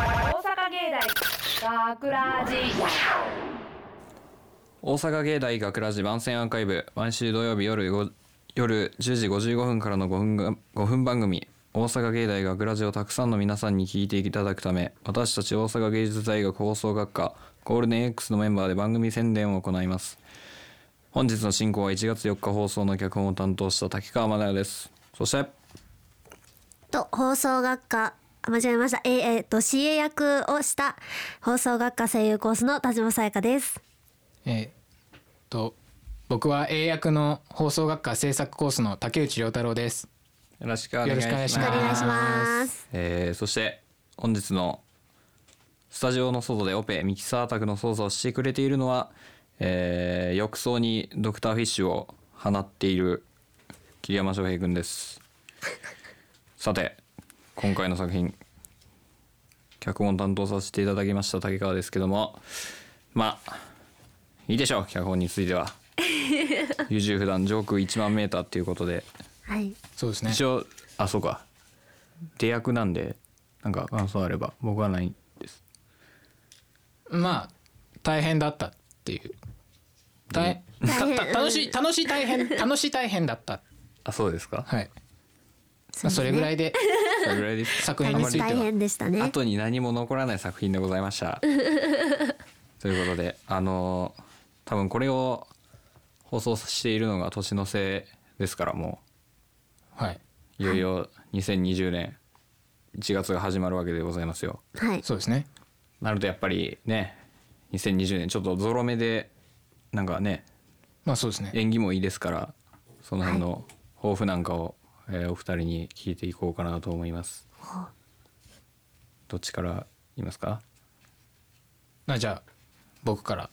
阪芸大学ラジ大阪芸大学ラジ番宣アーカイブ毎週土曜日夜ご夜10時55分からの5分が5分番組大阪芸大学ラジをたくさんの皆さんに聞いていただくため私たち大阪芸術大学放送学科ゴールデン X のメンバーで番組宣伝を行います本日の進行は1月4日放送の脚本を担当した滝川真奈也ですそしてと放送学科あ間違えましたえーえー、と CA 役をした放送学科声優コースの田島さやかですえーっと僕は英訳の放送学科制作コースの竹内涼太郎です。よろしくお願いしよろましすくお願いしますえーそして本日のスタジオの外でオペミキサー宅の操作をしてくれているのは、えー浴槽にドクターフィッシュを放っている桐山翔平君 ですさて今回の作品脚本担当させていただきました竹川ですけどもまあいいでしょう脚本について は優柔不断上空1万メーターっていうことではいそうですね。一応あそうか出役なんでなんか感想あれば僕はないですまあ大変だったっていう。大大変たた楽しい楽しい 大変楽しい大変だった。あそうです かはい。まあそれぐらいいでそれぐらいです作品大にあんま変りついて大は変でしたね後に何も残らない作品でございました ということであのー多分これを放送しているのが年の瀬ですからもはい。ういよいよ2020年1月が始まるわけでございますよはいそうですね。なるとやっぱりね2020年ちょっとゾロ目でなんかねまあそうですね。縁起もいいですからその辺の抱負なんかを、えーお二人に聞いていこうかなと思います。どっちから言いますかまあじゃあ僕から。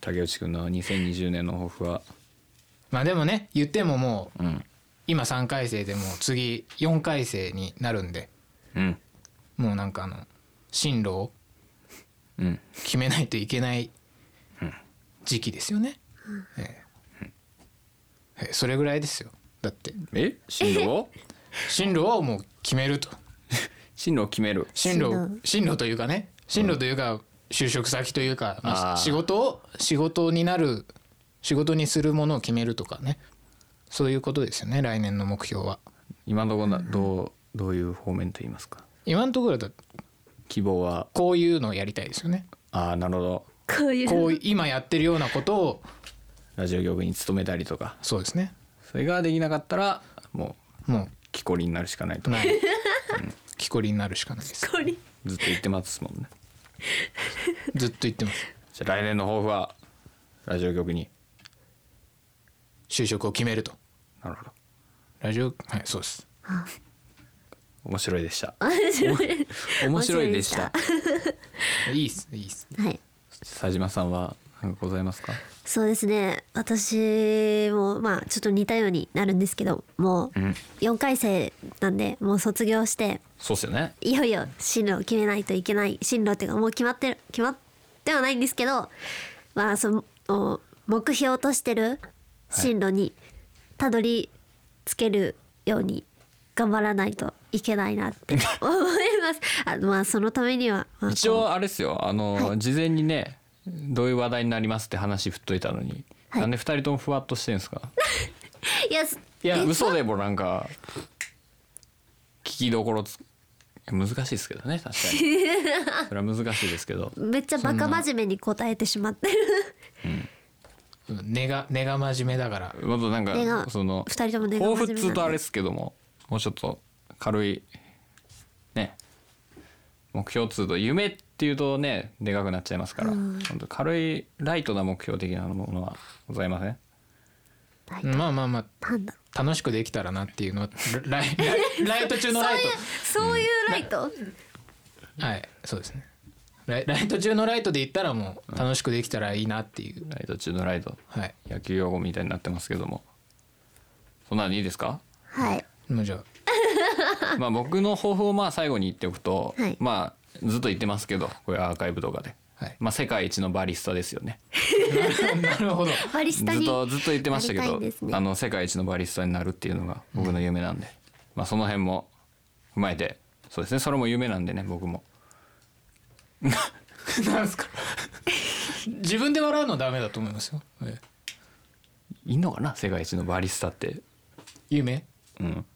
竹内くんの2020年の抱負は、まあでもね言ってももううん、今3回生でもう次4回生になるんでうん、もうなんかあの進路をうん、決めないといけない時期ですよね。ええええそれぐらいですよ。だってえ進路を進路をもう決めると進路を決める進路を進進路というかね進路というか就職先というか、あーまあ、仕事を仕事になる仕事にするものを決めるとかねそういうことですよね来年の目標は。今のところなどうどういう方面と言いますか今のところだと希望はこういうのをやりたいですよね。ああなるほどこういこう うい今やってるようなことをラジオ局に勤めたりとかそうですねそれができなかったらももう木こりになるしかないとうない 木こりになるしかないです。これずっと言ってますもんね。ずっと言ってます。じゃあ来年の抱負はラジオ局に就職を決めるとなるほどラジオはいそうです面白いでした面白い面白いでしたいいっすいいっすはい佐島さんは何かございますかそうですね私もまあちょっと似たようになるんですけどもううん4回生なんでもう卒業してそうっすよねいよいよ進路を決めないといけない進路っていうかもう決まってる決まってはないんですけどまあその目標としてる進路にたどり着けるように頑張らないといけないなって 思います。あのまあそのためには、まあ一応あれですよあの、はい事前にねどういう話題になりますって話振っといたのに、はいなんで二人ともふわっとしてんですかいやいや え嘘でもなんか聞きどころつ難しいですけどね確かに それは難しいですけどめっちゃバカ真面目に答えてしまってるうん根が根が真面目だからまずなん根がかその二人とも根が真抱負っ面目なんでつうとあれですけどももうちょっと軽いね目標っつうと夢っていうとねでかくなっちゃいますから、本当軽いライトな目標的なものはございませんまあまあまなんだろあ楽しくできたらなっていうのはライライライト中のライうそういうライト、トはいそうですねライライト中のライトで言ったらもう楽しくできたらいいなっていうライト中のライトはい野球用語みたいになってますけどもそんなのいいですかはいもうじゃあまあ僕の抱負をまあ最後に言っておくと、はいまあずっと言ってますけどこれアーカイブ動画で、 はいまあ世界一のバリスタですよねなるほどバリスタずっにとずっと言ってましたけなりどたいですねあの世界一のバリスタになるっていうのが僕の夢なんで、まあその辺も踏まえてそうですねそれも夢なんでね僕もなんですか自分で笑うのはダメだと思いますよ、ええいいのかな世界一のバリスタって夢うん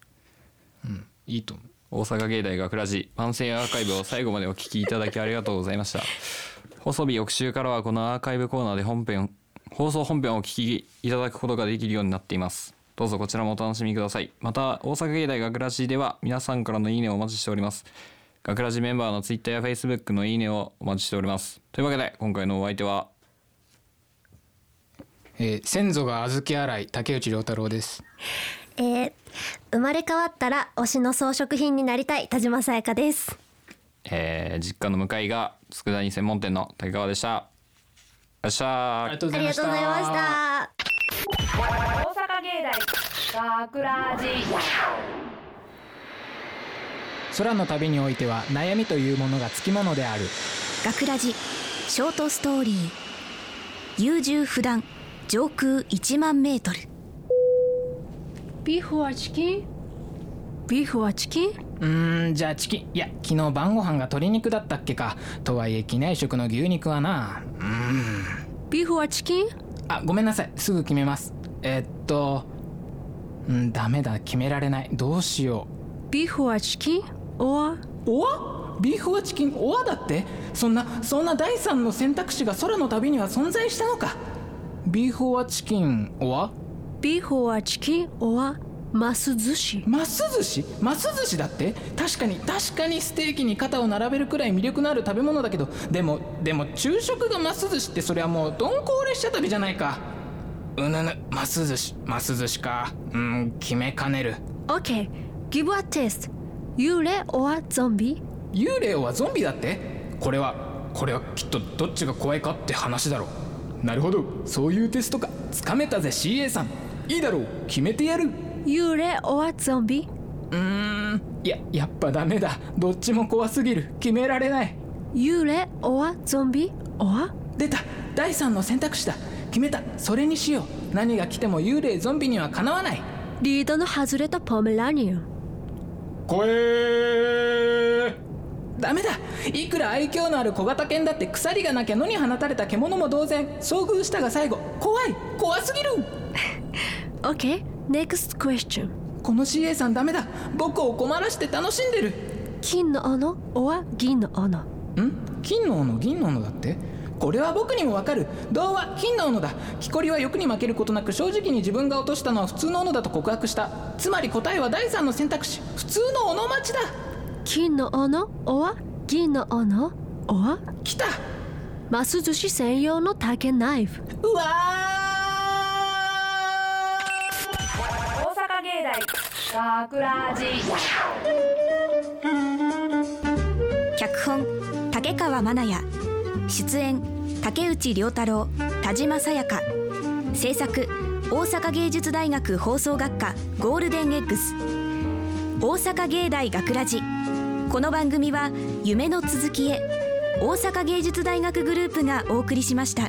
うんいいと思う大阪芸大学ラジ番宣アーカイブを最後までお聞きいただきありがとうございました細日翌週からはこのアーカイブコーナーで本編放送本編をお聞きいただくことができるようになっていますどうぞこちらもお楽しみくださいまた大阪芸大学ラジでは皆さんからのいいねをお待ちしております学ラジメンバーのツイッターやフェイスブックのいいねをお待ちしておりますというわけで今回のお相手はえー先祖が小豆洗い竹内涼太郎ですえー、生まれ変わったら推しの装飾品になりたい田島さやかですえー実家の向かいが佃煮専門店の竹川でしたよっしゃーとうありがとうございました大阪芸大学ラジ空の旅においては悩みというものがつきものである学ラジショートストーリー優柔不断上空1万メートル Beef or chicken? Beef or chicken? うーんじゃあチキンいや昨日晩ご飯が鶏肉だったっけかとはいえ機内食の牛肉はな Beef or chicken? あごめんなさいすぐ決めますえーっとうんダメだ決められないどうしよ Beef or chicken? Or うおわビーフはチキンおわだってそんなそんな第三の選択肢が空の旅には存在したのかビーフはチキンおわ beef or chicken? Or マス寿司マス寿司マス寿司だって確かに確かにステーキに肩を並べるくらい魅力のある食べ物だけどでもでも昼食がマス寿司ってそれはもう鈍行列車旅じゃないかうぬぬマス寿司マス寿司かうん決めかねる OK give a test 幽霊 or ゾンビ幽霊はゾンビだってこれはこれはきっとどっちが怖いかって話だろうなるほどそういうテストかつかめたぜ CA さんいいだろう決めてやる幽霊 or ゾンビうーんいややっぱダメだどっちも怖すぎる決められない幽霊 or ゾンビ or 出た第3の選択肢だ決めたそれにしよう何が来ても幽霊ゾンビにはかなわないリードの外れたポメラニアンこえダメだいくら愛嬌のある小型犬だって鎖がなきゃ野に放たれた獣も同然遭遇したが最後怖い怖すぎる OK next question この CA さんダメだ僕を困らして楽しんでる金の斧 or 銀の斧ん金の斧銀の斧だってこれは僕にもわかる銅は金の斧だ木こりは欲に負けることなく正直に自分が落としたのは普通の斧だと告白したつまり答えは第三の選択肢普通の斧待ちだ金の斧 or 銀の斧 or 来たマス寿司専用の竹ナイフうわー大阪芸大学ラジ脚本竹川真奈也出演竹内涼太郎田島さやか制作大阪芸術大学放送学科ゴールデンエッグス大阪芸大学ラジこの番組は夢の続きへ大阪芸術大学グループがお送りしました。